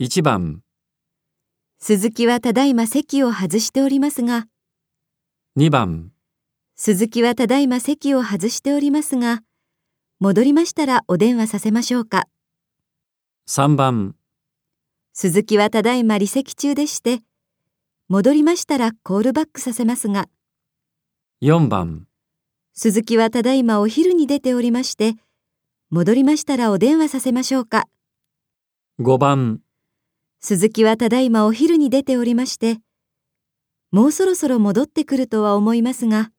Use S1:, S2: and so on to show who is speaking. S1: 1番、
S2: 鈴木はただいま席を外しておりますが、
S1: 2番、
S2: 鈴木はただいま席を外しておりますが、戻りましたらお電話させましょうか。
S1: 3番、
S2: 鈴木はただいま離席中でして、戻りましたらコールバックさせますが、
S1: 4番、
S2: 鈴木はただいまお昼に出ておりまして、戻りましたらお電話させましょうか。
S1: 5番、
S2: 鈴木はただいまお昼に出ておりまして、もうそろそろ戻ってくるとは思いますが、